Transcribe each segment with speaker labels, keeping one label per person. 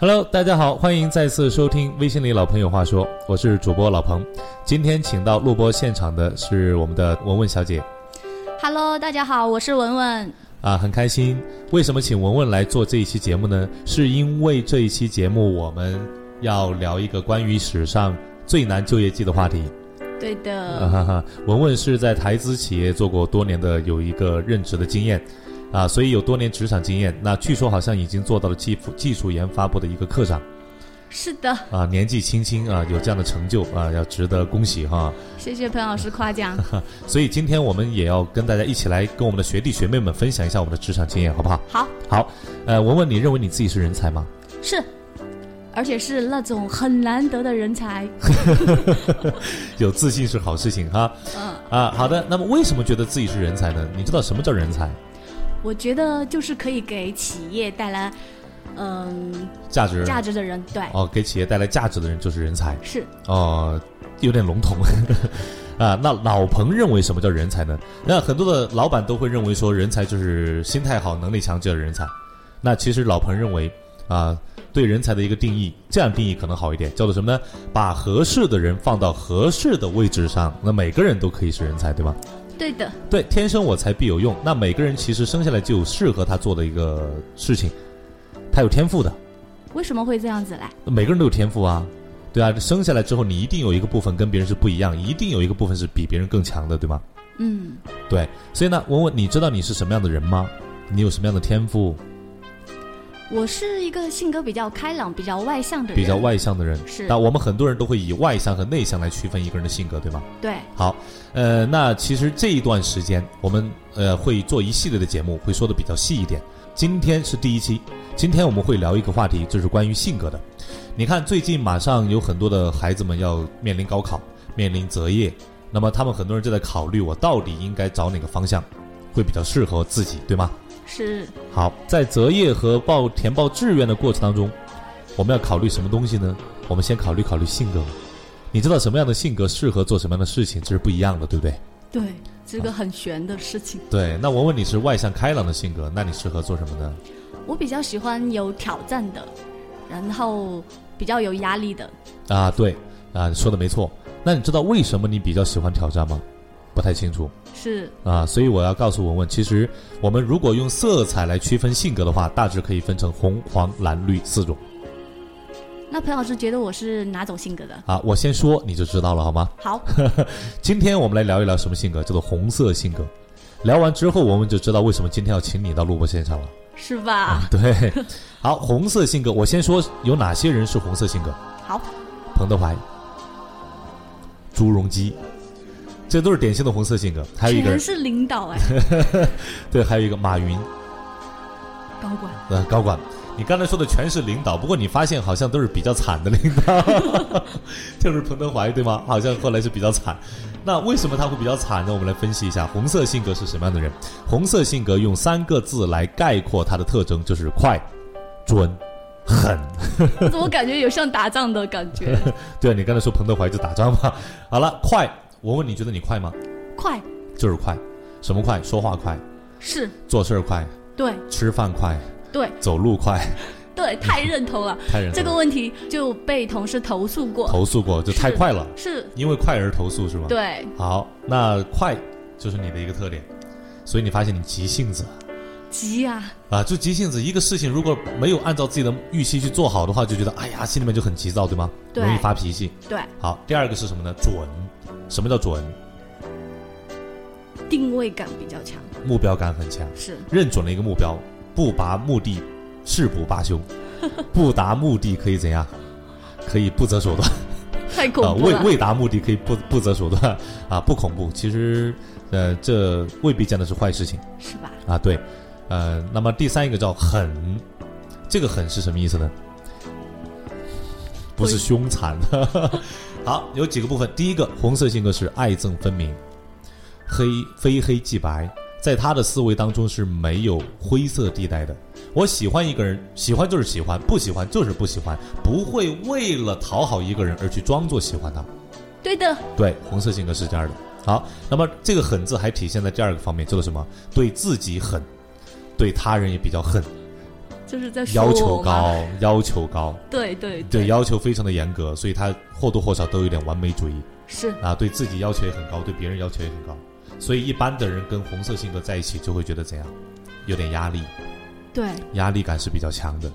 Speaker 1: Hello，大家好，欢迎再次收听《微信里老朋友话说》，我是主播老彭。今天请到录播现场的是我们的文文小姐
Speaker 2: Hello，大家好，我是文文。
Speaker 1: 啊，很开心。为什么请文文来做这一期节目呢？是因为这一期节目我们要聊一个关于史上最难就业季的话题。
Speaker 2: 对的，
Speaker 1: 啊哈哈，文文是在台资企业做过多年的有一个任职的经验，啊，所以有多年职场经验。那据说好像已经做到了技术技术研发部的一个科长
Speaker 2: 是的，
Speaker 1: 啊，年纪轻轻啊有这样的成就啊，要值得恭喜哈。
Speaker 2: 谢谢彭老师夸奖。
Speaker 1: 所以今天我们也要跟大家一起来跟我们的学弟学妹们分享一下我们的职场经验，好不好？
Speaker 2: 好，
Speaker 1: 好，呃，文文，你认为你自己是人才吗？
Speaker 2: 是，而且是那种很难得的人才。
Speaker 1: 有自信是好事情哈。
Speaker 2: 嗯，
Speaker 1: 啊，好的。那么为什么觉得自己是人才呢？你知道什么叫人才？
Speaker 2: 我觉得就是可以给企业带来，嗯，
Speaker 1: 价值。
Speaker 2: 价值的人，对，
Speaker 1: 哦，给企业带来价值的人就是人才。
Speaker 2: 是
Speaker 1: 哦，有点笼统 啊。那老彭认为什么叫人才呢？那很多的老板都会认为说，人才就是心态好、能力强就叫人才。那其实老彭认为啊，对人才的一个定义，这样定义可能好一点，叫做什么呢？把合适的人放到合适的位置上，那每个人都可以是人才，对吗？
Speaker 2: 对的，
Speaker 1: 对，天生我材必有用。那每个人其实生下来就有适合他做的一个事情，他有天赋的。
Speaker 2: 为什么会这样子嘞？
Speaker 1: 每个人都有天赋啊，对啊，生下来之后你一定有一个部分跟别人是不一样，一定有一个部分是比别人更强的，对吗？
Speaker 2: 嗯，
Speaker 1: 对，所以呢，文文，你知道你是什么样的人吗？你有什么样的天赋？
Speaker 2: 我是一个性格比较开朗、比较外向的人，
Speaker 1: 比较外向的人，
Speaker 2: 是
Speaker 1: 那我们很多人都会以外向和内向来区分一个人的性格，对吗？
Speaker 2: 对，
Speaker 1: 好，呃，那其实这一段时间我们呃会做一系列的节目，会说的比较细一点。今天是第一期，今天我们会聊一个话题，就是关于性格的。你看，最近马上有很多的孩子们要面临高考，面临择业，那么他们很多人就在考虑，我到底应该找哪个方向，会比较适合自己，对吗？
Speaker 2: 是
Speaker 1: 好，在择业和报填报志愿的过程当中，我们要考虑什么东西呢？我们先考虑考虑性格。你知道什么样的性格适合做什么样的事情，这是不一样的，对不对？
Speaker 2: 对，这个很玄的事情。
Speaker 1: 对。那我问你是外向开朗的性格，那你适合做什么呢？
Speaker 2: 我比较喜欢有挑战的，然后比较有压力的。
Speaker 1: 啊，对，啊，说的没错。那你知道为什么你比较喜欢挑战吗？不太清楚
Speaker 2: 是
Speaker 1: 啊，所以我要告诉文文，其实我们如果用色彩来区分性格的话，大致可以分成红、黄、蓝、绿四种
Speaker 2: 那彭老师觉得我是哪种性格的？
Speaker 1: 啊。我先说你就知道了，好吗？
Speaker 2: 好，
Speaker 1: 今天我们来聊一聊什么性格，叫做红色性格。聊完之后，我们就知道为什么今天要请你到录播现场了。
Speaker 2: 是吧？
Speaker 1: 对，好，红色性格，我先说有哪些人是红色性格：
Speaker 2: 好，
Speaker 1: 彭德怀、朱镕基，这都是典型的红色性格。还有一个
Speaker 2: 全
Speaker 1: 人，
Speaker 2: 是领导 哎，
Speaker 1: 对，还有一个马云，
Speaker 2: 高管。
Speaker 1: 呃，高管。你刚才说的全是领导，不过你发现好像都是比较惨的领导， 就是彭德怀对吗？好像后来是比较惨。那为什么他会比较惨呢？我们来分析一下，红色性格是什么样的人？红色性格用三个字来概括它的特征，就是快、准、狠。
Speaker 2: 怎么感觉有像打仗的感觉？
Speaker 1: 对啊，你刚才说彭德怀就打仗嘛。 好了，快，我问你觉得你快吗？
Speaker 2: 快，
Speaker 1: 就是快，什么快？说话快，
Speaker 2: 是
Speaker 1: 做事儿快，
Speaker 2: 对
Speaker 1: 吃饭快，
Speaker 2: 对
Speaker 1: 走路快，
Speaker 2: 对，太认同了。
Speaker 1: 太人
Speaker 2: 这个问题就被同事投诉过，
Speaker 1: 投诉过，就太
Speaker 2: 是
Speaker 1: 快了，
Speaker 2: 是
Speaker 1: 因为快而投诉是吗？
Speaker 2: 对，
Speaker 1: 好，那快就是你的一个特点，所以你发现你急性子
Speaker 2: 急啊，
Speaker 1: 啊，就急性子，一个事情如果没有按照自己的预期去做好的话，就觉得哎呀，心里面就很急躁，对吗？
Speaker 2: 对
Speaker 1: 容易发脾气。
Speaker 2: 对，
Speaker 1: 好，第二个是什么呢？准。什么叫准？
Speaker 2: 定位感比较强，
Speaker 1: 目标感很强，
Speaker 2: 是
Speaker 1: 认准了一个目标，不拔目的，誓不罢 休。不达目的可以怎样？可以不择手段。
Speaker 2: 太 恐
Speaker 1: 啊，
Speaker 2: 怖
Speaker 1: 为
Speaker 2: 了。
Speaker 1: 为达目的可以不不择手段啊，不恐怖。其实，呃，这未必讲的是坏事情。
Speaker 2: 是吧？
Speaker 1: 啊，对，呃，那么第三一个叫狠，这个狠是什么意思呢？不是
Speaker 2: 会
Speaker 1: 凶残。 好，有几个部分，第一个红色性格是爱憎分明，黑非黑即白，在他的思维当中是没有灰色地带的。我喜欢一个人，喜欢就是喜欢，不喜欢就是不喜欢，不会为了讨好一个人而去装作喜欢他。
Speaker 2: 对的，
Speaker 1: 对，红色性格是这样的。好，那么这个狠字还体现在第二个方面，叫做什么？对自己狠，对他人也比较狠。
Speaker 2: 就是在说
Speaker 1: 要
Speaker 2: 我
Speaker 1: 求
Speaker 2: 吗？
Speaker 1: 高，要求高，
Speaker 2: 对对
Speaker 1: 对，要求非常的严格，所以他或多或少都有点完美主义
Speaker 2: 是
Speaker 1: 啊，对自己要求也很高，对别人要求也很高，所以一般的人跟红色性格在一起就会觉得怎样，有点压力，
Speaker 2: 对
Speaker 1: 压力感是比较强的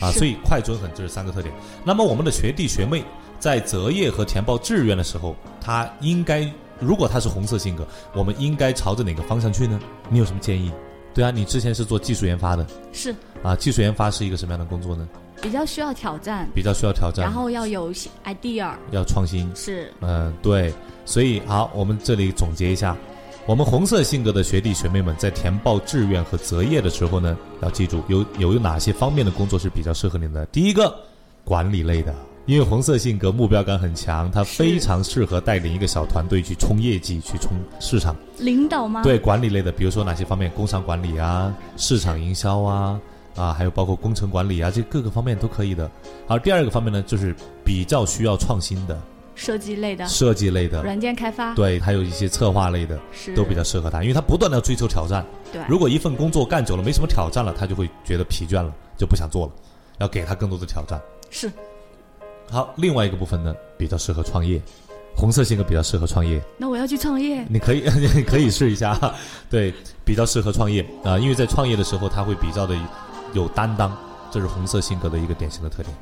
Speaker 1: 啊，
Speaker 2: 是
Speaker 1: 所以快准狠这是三个特点。那么我们的学弟学妹在择业和填报志愿的时候，他应该如果他是红色性格，我们应该朝着哪个方向去呢？你有什么建议？对啊，你之前是做技术研发的
Speaker 2: 是
Speaker 1: 啊，技术研发是一个什么样的工作呢？
Speaker 2: 比较需要挑战，
Speaker 1: 比较需要挑战，
Speaker 2: 然后要有新 idea，
Speaker 1: 要创新，
Speaker 2: 是
Speaker 1: 嗯，对，所以好，我们这里总结一下，我们红色性格的学弟学妹们在填报志愿和择业的时候呢，要记住有有哪些方面的工作是比较适合您的。第一个，管理类的，因为红色性格目标感很强，他
Speaker 2: 是
Speaker 1: 非常适合带领一个小团队去冲业绩、去冲市场。
Speaker 2: 领导吗？
Speaker 1: 对管理类的，比如说哪些方面，工商管理啊、市场营销啊，啊，还有包括工程管理啊，这各个方面都可以的。而第二个方面呢，就是比较需要创新的
Speaker 2: 设计类的、
Speaker 1: 设计类的。
Speaker 2: 软件开发，
Speaker 1: 对，还有一些策划类的
Speaker 2: 是
Speaker 1: 都比较适合他，因为他不断的追求挑战。
Speaker 2: 嗯对
Speaker 1: 如果一份工作干久了没什么挑战了，他就会觉得疲倦了，就不想做了，要给他更多的挑战。
Speaker 2: 是
Speaker 1: 好，另外一个部分呢，比较适合创业，红色性格比较适合创业，
Speaker 2: 那我要去创业，
Speaker 1: 你可以 你可以试一下啊，对，比较适合创业啊、因为在创业的时候他会比较的有担当，这是红色性格的一个典型的特点。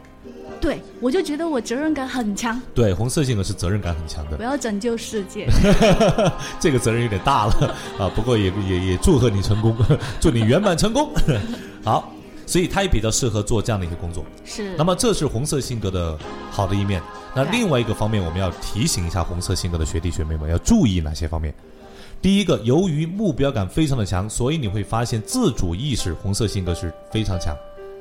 Speaker 2: 对我就觉得我责任感很强，
Speaker 1: 对，红色性格是责任感很强的
Speaker 2: 我，要拯救世 界。
Speaker 1: 这个责任有点大了 啊，不过也也也祝贺你成功， 祝你圆满成功。 好，所以他也比较适合做这样的一些工作。
Speaker 2: 是
Speaker 1: 那么这是红色性格的好的一面。那
Speaker 2: 嗯对
Speaker 1: 另外一个方面，我们要提醒一下红色性格的学弟学妹们要注意哪些方面。第一个，由于目标感非常的强，所以你会发现自主意识，红色性格是非常强，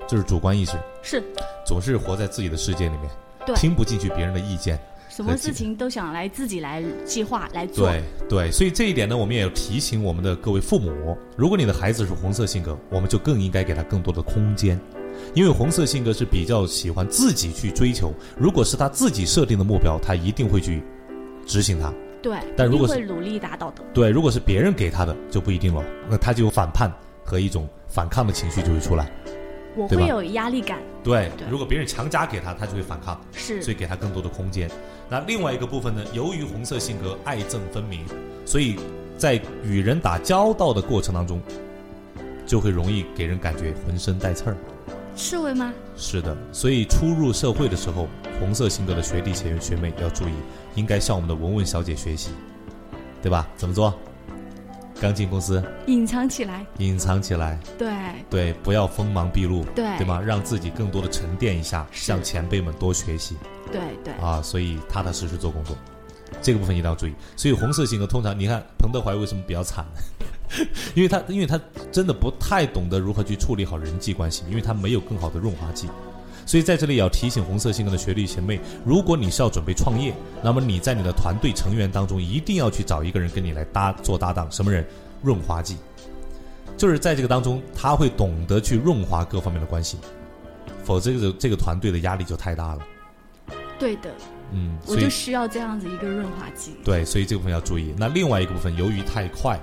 Speaker 1: 就是主观意识，
Speaker 2: 是
Speaker 1: 总是活在自己的世界里面，
Speaker 2: 对
Speaker 1: 听不进去别人的意见。
Speaker 2: 什么事情都想来自己来计划来做，
Speaker 1: 对对，所以这一点呢，我们也要提醒我们的各位父母，如果你的孩子是红色性格，我们就更应该给他更多的空间，因为红色性格是比较喜欢自己去追求，如果是他自己设定的目标，他一定会去执行它。
Speaker 2: 对，
Speaker 1: 但如果
Speaker 2: 一
Speaker 1: 是
Speaker 2: 定会努力达到的，
Speaker 1: 对，如果是别人给他的，就不一定了，那他就有反叛和一种反抗的情绪就会出来。
Speaker 2: 我
Speaker 1: 对吧
Speaker 2: 会有压力感，
Speaker 1: 对，
Speaker 2: 对
Speaker 1: 如果别人强加给他，他就会反抗。所
Speaker 2: 是
Speaker 1: 以给他更多的空间。那另外一个部分呢，由于红色性格爱憎分明，所以在与人打交道的过程当中，就会容易给人感觉浑身带刺儿。
Speaker 2: 刺猬吗？
Speaker 1: 是的，所以初入社会的时候，红色性格的学弟学学妹要注意，应该向我们的文文小姐学习，对吧？怎么做？刚进公司，
Speaker 2: 隐藏起来，
Speaker 1: 隐藏起来，
Speaker 2: 对
Speaker 1: 对，不要锋芒毕露，
Speaker 2: 对
Speaker 1: 对吗？让自己更多的沉淀一下，
Speaker 2: 是
Speaker 1: 向前辈们多学习。
Speaker 2: 对对，
Speaker 1: 啊，所以踏踏实实做工作，这个部分一定要注意。所以红色性格通常，你看彭德怀为什么比较惨？ 因为他因为他真的不太懂得如何去处理好人际关系，因为他没有更好的润滑剂。所以在这里也要提醒红色性格的学弟学妹，如果你是要准备创业，那么你在你的团队成员当中一定要去找一个人跟你来搭做搭档，什么人？润滑剂，就是在这个当中，他会懂得去润滑各方面的关系，否则这个这个团队的压力就太大了。
Speaker 2: 对的，
Speaker 1: 嗯，
Speaker 2: 我
Speaker 1: 所以
Speaker 2: 就需要这样子一个润滑剂，
Speaker 1: 对，所以这个部分要注意。那另外一个部分，由于太快，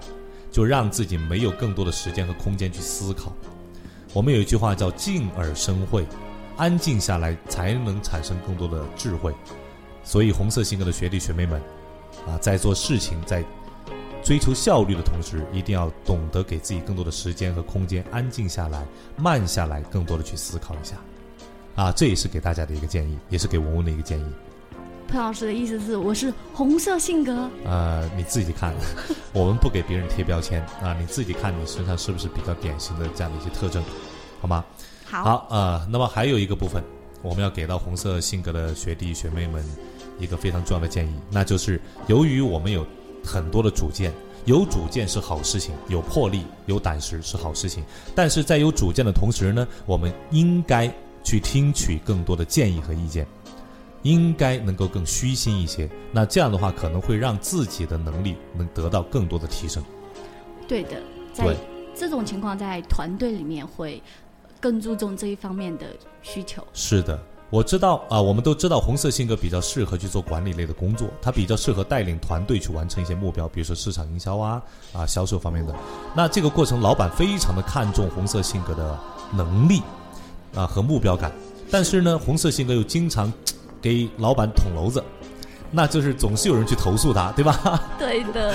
Speaker 1: 就让自己没有更多的时间和空间去思考。我们有一句话叫“静而生慧”，安静下来才能产生更多的智慧。所以，红色性格的学弟学妹们，啊，在做事情、在追求效率的同时，一定要懂得给自己更多的时间和空间，安静下来，慢下来，更多的去思考一下。啊，这也是给大家的一个建议，也是给文文的一个建议。
Speaker 2: 潘老师的意思是，我是红色性格，
Speaker 1: 呃，你自己看， 我们不给别人贴标签啊，你自己看你身上是不是比较典型的这样的一些特征，好吗？
Speaker 2: 好，
Speaker 1: 好，呃，那么还有一个部分，我们要给到红色性格的学弟学妹们一个非常重要的建议，那就是由于我们有很多的主见，有主见是好事情，有魄力、有胆识是好事情，但是在有主见的同时呢，我们应该去听取更多的建议和意见。应该能够更虚心一些，那这样的话可能会让自己的能力能得到更多的提升。
Speaker 2: 对的，在
Speaker 1: 对，
Speaker 2: 这种情况在团队里面会更注重这一方面的需求，
Speaker 1: 是的，我知道啊、我们都知道红色性格比较适合去做管理类的工作，它比较适合带领团队去完成一些目标，比如说市场营销啊啊销售方面的。那这个过程，老板非常的看重红色性格的能力，啊和目标感，但是呢，红色性格又经常给老板捅娄子，那就是总是有人去投诉他，对吧？
Speaker 2: 对的，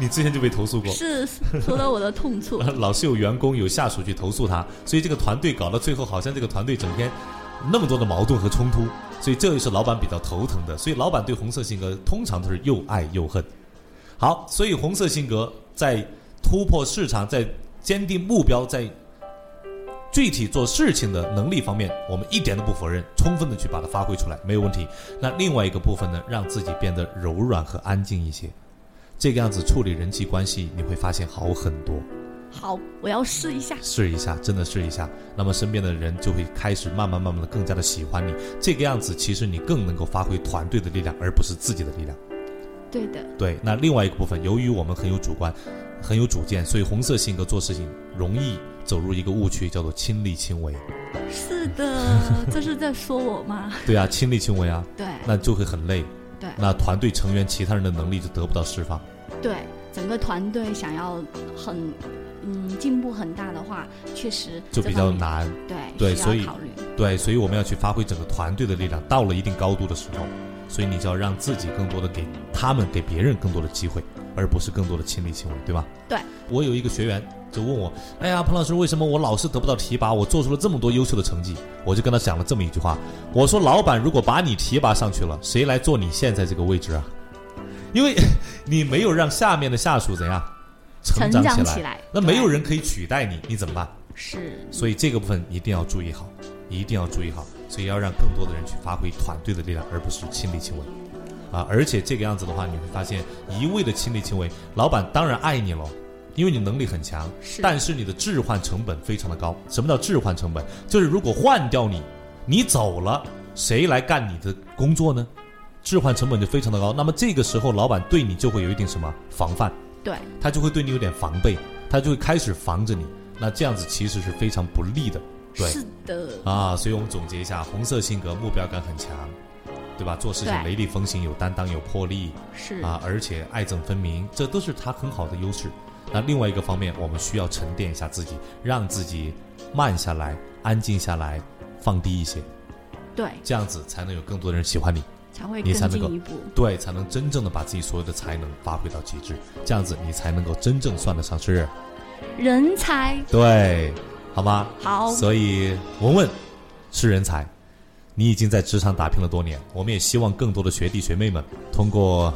Speaker 1: 你之前就被投诉过，
Speaker 2: 是说到我的痛处。
Speaker 1: 呃老是有员工有下属去投诉他，所以这个团队搞到最后，好像这个团队整天那么多的矛盾和冲突，所以这也是老板比较头疼的。所以老板对红色性格通常都是又爱又恨。好，所以红色性格在突破市场、在坚定目标、在具体做事情的能力方面，我们一点都不否认，充分的去把它发挥出来，没有问题。那另外一个部分呢，让自己变得柔软和安静一些，这个样子处理人际关系，你会发现好很多。
Speaker 2: 好，我要试一下。
Speaker 1: 试一下，真的试一下，那么身边的人就会开始慢慢慢慢的更加的喜欢你。这个样子，其实你更能够发挥团队的力量，而不是自己的力量。
Speaker 2: 对的，
Speaker 1: 对，那另外一个部分，由于我们很有主观，很有主见，所以红色性格做事情容易走入一个误区，叫做亲力亲为。
Speaker 2: 是 的，这是在说我吗？
Speaker 1: 对啊，亲力亲为啊，
Speaker 2: 对
Speaker 1: 那就会很累。
Speaker 2: 对
Speaker 1: 那团队成员其他人的能力就得不到释放。
Speaker 2: 对，整个团队想要很嗯进步很大的话，确实
Speaker 1: 就
Speaker 2: 这
Speaker 1: 比
Speaker 2: 方
Speaker 1: 较
Speaker 2: 面。
Speaker 1: 难，
Speaker 2: 对
Speaker 1: 对
Speaker 2: 需要
Speaker 1: 所以
Speaker 2: 考虑。
Speaker 1: 对，所以我们要去发挥整个团队的力量。到了一定高度的时候，所以你就要让自己更多的给他们、给别人更多的机会，而不是更多的亲力亲为，对吧？
Speaker 2: 对。
Speaker 1: 我有一个学员就问我：“哎呀，彭老师，为什么我老是得不到提拔？我做出了这么多优秀的成绩。”我就跟他讲了这么一句话：“我说，老板如果把你提拔上去了，谁来做你现在这个位置啊？因为你没有让下面的下属怎样成
Speaker 2: 成
Speaker 1: 长起
Speaker 2: 长
Speaker 1: 来，
Speaker 2: 起来
Speaker 1: 那没有
Speaker 2: 对
Speaker 1: 人可以取代你，你怎么办？”
Speaker 2: 是
Speaker 1: 所以这个部分一定要注意好，一定要注意好。所以要让更多的人去发挥团队的力量，而不是亲力亲为。啊，而且这个样子的话，你会发现一味的亲力亲为，老板当然爱你喽，因为你能力很强，
Speaker 2: 是
Speaker 1: 但是你的置换成本非常的高。什么叫置换成本？就是如果换掉你，你走了，谁来干你的工作呢？置换成本就非常的高。那么这个时候，老板对你就会有一定什么防范，
Speaker 2: 对
Speaker 1: 他就会对你有点防备，他就会开始防着你。那这样子其实是非常不利的，对
Speaker 2: 是的，
Speaker 1: 啊。所以我们总结一下，红色性格目标感很强，对吧？做事情
Speaker 2: 对嗯
Speaker 1: 雷厉风行，有担当，有魄力
Speaker 2: 是
Speaker 1: 啊，而且爱憎分明，这都是他很好的优势。那另外一个方面，我们需要沉淀一下自己，让自己慢下来，安静下来，放低一些，
Speaker 2: 对，
Speaker 1: 这样子才能有更多的人喜欢你。
Speaker 2: 才会
Speaker 1: 你才能
Speaker 2: 更
Speaker 1: 够
Speaker 2: 进一步。
Speaker 1: 对，才能真正的把自己所有的才能发挥到极致，这样子你才能够真正算得上是
Speaker 2: 人才
Speaker 1: 对，好吗？
Speaker 2: 好，
Speaker 1: 所以文文是人才，你已经在职场打拼了多年，我们也希望更多的学弟学妹们通过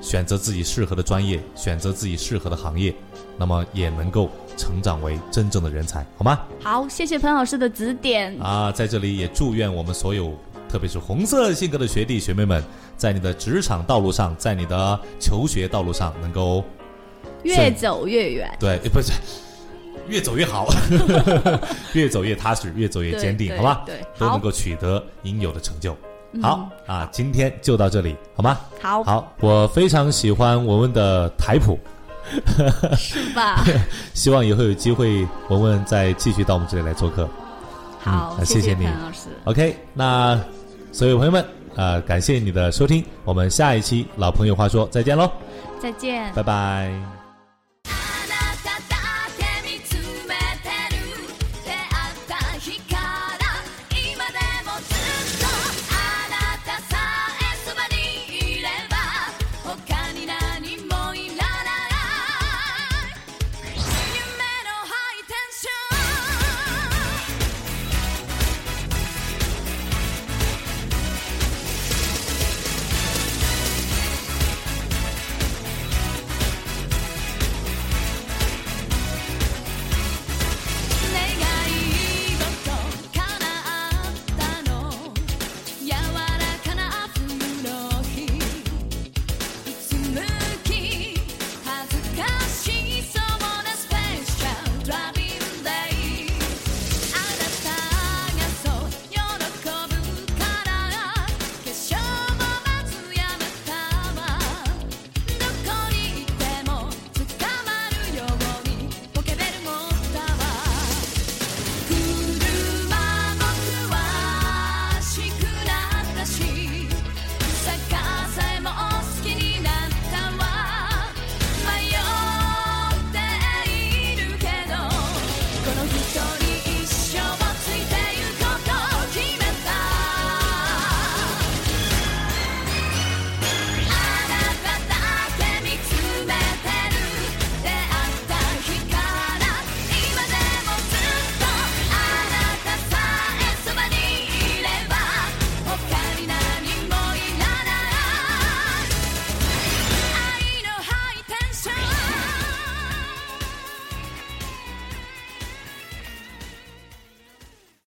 Speaker 1: 选择自己适合的专业，选择自己适合的行业，那么也能够成长为真正的人才，好吗？
Speaker 2: 好，谢谢潘老师的指点。
Speaker 1: 啊，在这里也祝愿我们所有，特别是红色性格的学弟学妹们，在你的职场道路上，在你的求学道路上，能够
Speaker 2: 越走越远。
Speaker 1: 对，呃不是越走越 好，越走越踏实，越走越
Speaker 2: 对
Speaker 1: 坚定，
Speaker 2: 对
Speaker 1: 好吧？
Speaker 2: 对
Speaker 1: 都
Speaker 2: 好嗯
Speaker 1: 能够取得应有的成就。好、啊，今天就到这里，好吗？
Speaker 2: 好，
Speaker 1: 好，我非常喜欢文文的台谱，
Speaker 2: 是 吧？
Speaker 1: 希望以后有机会文文再继续到我们这里来做客。
Speaker 2: 好，
Speaker 1: 啊谢
Speaker 2: 谢
Speaker 1: 谢你
Speaker 2: 潘老师，
Speaker 1: OK，那所有朋友们，呃，感谢你的收听，我们下一期《老朋友话说》再见喽，
Speaker 2: 再见。
Speaker 1: 拜拜